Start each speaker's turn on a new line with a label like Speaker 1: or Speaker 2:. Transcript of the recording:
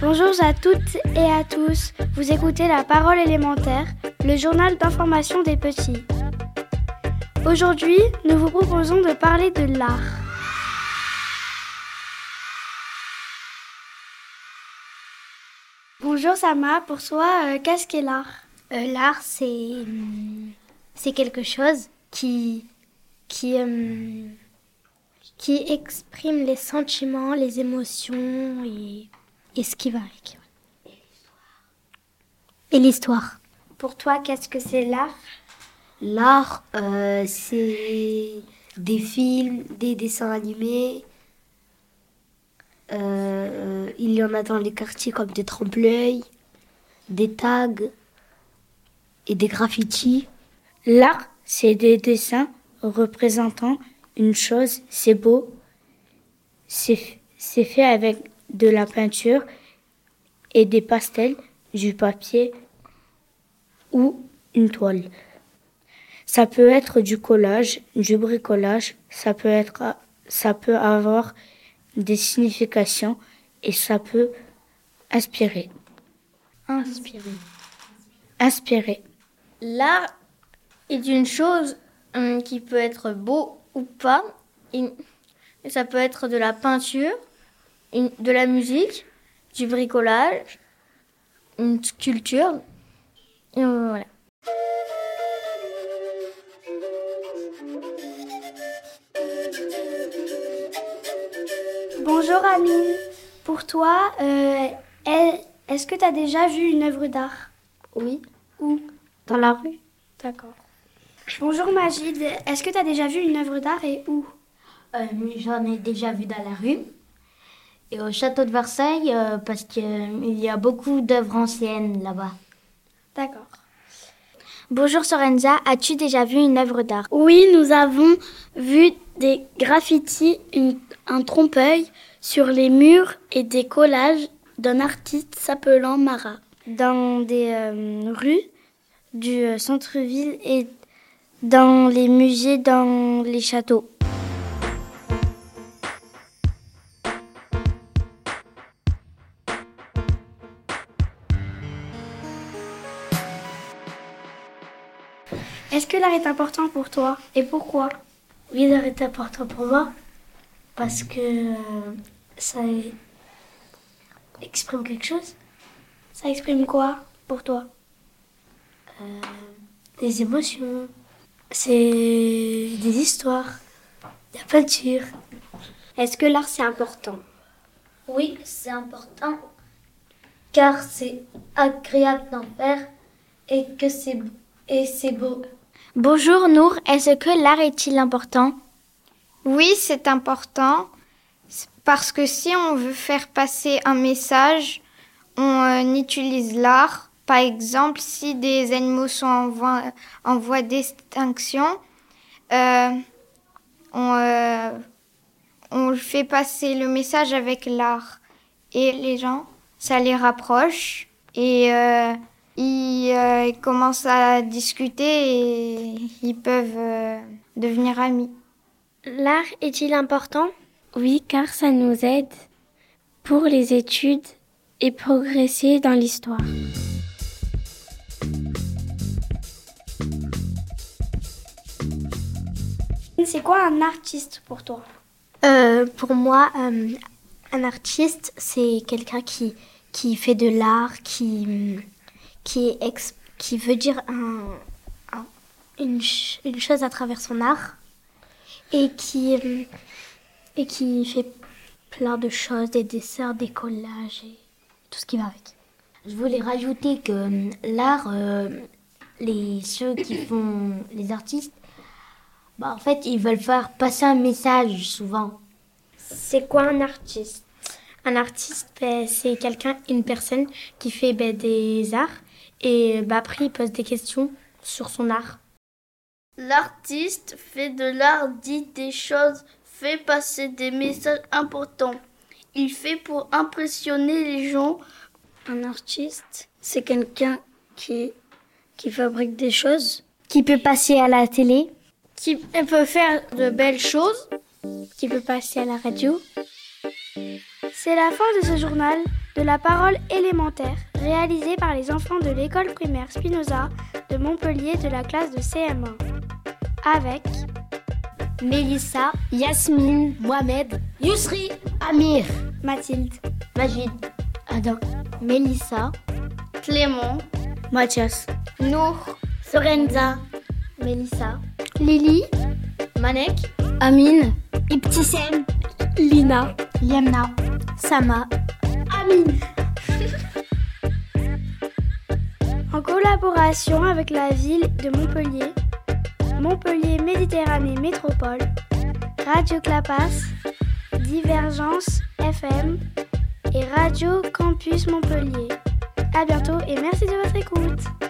Speaker 1: Bonjour à toutes et à tous. Vous écoutez La Parole élémentaire, le journal d'information des petits. Aujourd'hui, nous vous proposons de parler de l'art. Bonjour Sama, pour toi, euh, qu'est-ce qu'est l'art
Speaker 2: Euh, L'art, c'est hum, c'est quelque chose qui qui hum, qui exprime les sentiments, les émotions et, et ce qui va avec. Et l'histoire.
Speaker 1: Pour toi, qu'est-ce que c'est l'art
Speaker 3: L'art, euh, c'est des films, des dessins animés. Euh, il y en a dans les quartiers comme des trempe-l'œil, des tags et des graffitis.
Speaker 4: L'art, c'est des dessins représentant une chose, c'est beau, c'est c'est fait avec de la peinture et des pastels, du papier ou une toile. Ça peut être du collage, du bricolage, ça peut être ça peut avoir des significations et ça peut inspirer.
Speaker 2: Inspirée.
Speaker 4: Inspirer.
Speaker 5: L'art est une chose hum, qui peut être beau ou pas. Et ça peut être de la peinture, une- de la musique, du bricolage, une sculpture. Et voilà.
Speaker 1: Bonjour Amine, pour toi, euh, est- est-ce que tu as déjà vu une œuvre d'art
Speaker 2: Oui.
Speaker 1: Où
Speaker 2: Dans la rue.
Speaker 1: D'accord. Bonjour Magid, est-ce que tu as déjà vu une œuvre d'art et où
Speaker 3: Euh, J'en ai déjà vu dans la rue et au château de Versailles euh, parce qu'il y a beaucoup d'œuvres anciennes là-bas.
Speaker 1: D'accord.
Speaker 2: Bonjour Sorenza, as-tu déjà vu une œuvre d'art
Speaker 1: Oui, nous avons vu des graffitis, une- un trompe-œil sur les murs et des collages d'un artiste s'appelant Marat dans des euh, rues du euh, centre-ville et dans les musées, dans les châteaux. Est-ce que l'art est important pour toi et pourquoi
Speaker 2: Oui, l'art est important pour moi parce que euh, ça exprime quelque chose,
Speaker 1: Ça exprime quoi pour toi
Speaker 2: Euh, des émotions, c'est des histoires, de la peinture.
Speaker 1: Est-ce que l'art c'est important
Speaker 2: Oui, c'est important car c'est agréable d'en faire et que c'est et c'est beau. Bonjour Nour, est-ce que l'art est-il important
Speaker 5: Oui, c'est important parce que si on veut faire passer un message, on euh, utilise l'art. Par exemple, si des animaux sont en voie, en voie d'extinction, euh, on, euh, on fait passer le message avec l'art. Et les gens, ça les rapproche et euh, ils, euh, ils commencent à discuter et ils peuvent euh, devenir amis.
Speaker 2: L'art est-il important
Speaker 6: Oui, car ça nous aide pour les études et progresser dans l'histoire.
Speaker 1: C'est quoi un artiste pour toi
Speaker 2: Euh, pour moi, euh, un artiste, c'est quelqu'un qui, qui fait de l'art, qui, hum, qui, ex- qui veut dire un- un- une, ch- une chose à travers son art et qui, hum, et qui fait plein de choses, des dessins, des collages et tout ce qui va avec.
Speaker 3: Je voulais rajouter que hum, l'art, euh, les ceux qui font les artistes, bah, en fait, ils veulent faire passer un message souvent.
Speaker 2: C'est quoi un artiste Un artiste, ben, c'est quelqu'un, une personne qui fait ben, des arts et ben, après il pose des questions sur son art.
Speaker 7: L'artiste fait de l'art, dit des choses, fait passer des messages importants. Il fait pour impressionner les gens.
Speaker 1: Un artiste, c'est quelqu'un qui, qui fabrique des choses. Qui peut passer à la télé.
Speaker 7: Qui peut faire de belles choses.
Speaker 6: qui peut passer à la radio.
Speaker 1: C'est la fin de ce journal de la parole élémentaire, réalisé par les enfants de l'école primaire Spinoza de Montpellier de la classe de CM1. Avec
Speaker 3: Mélissa,
Speaker 6: Yasmine,
Speaker 3: Mohamed, Yousri,
Speaker 2: Amir,
Speaker 1: Mathilde,
Speaker 3: Majid,
Speaker 2: Adam, Mélissa,
Speaker 7: Clément,
Speaker 4: Mathias.
Speaker 5: Nour,
Speaker 7: Sorenza,
Speaker 2: Mélissa,
Speaker 6: Lily,
Speaker 5: Manek,
Speaker 6: Amine,
Speaker 2: Ibtissem,
Speaker 6: Lina.
Speaker 2: Yemna, Sama,
Speaker 1: en collaboration avec la ville de Montpellier, Montpellier Méditerranée Métropole, Radio Clapas, Divergence FM et Radio Campus Montpellier. À bientôt et merci de votre écoute.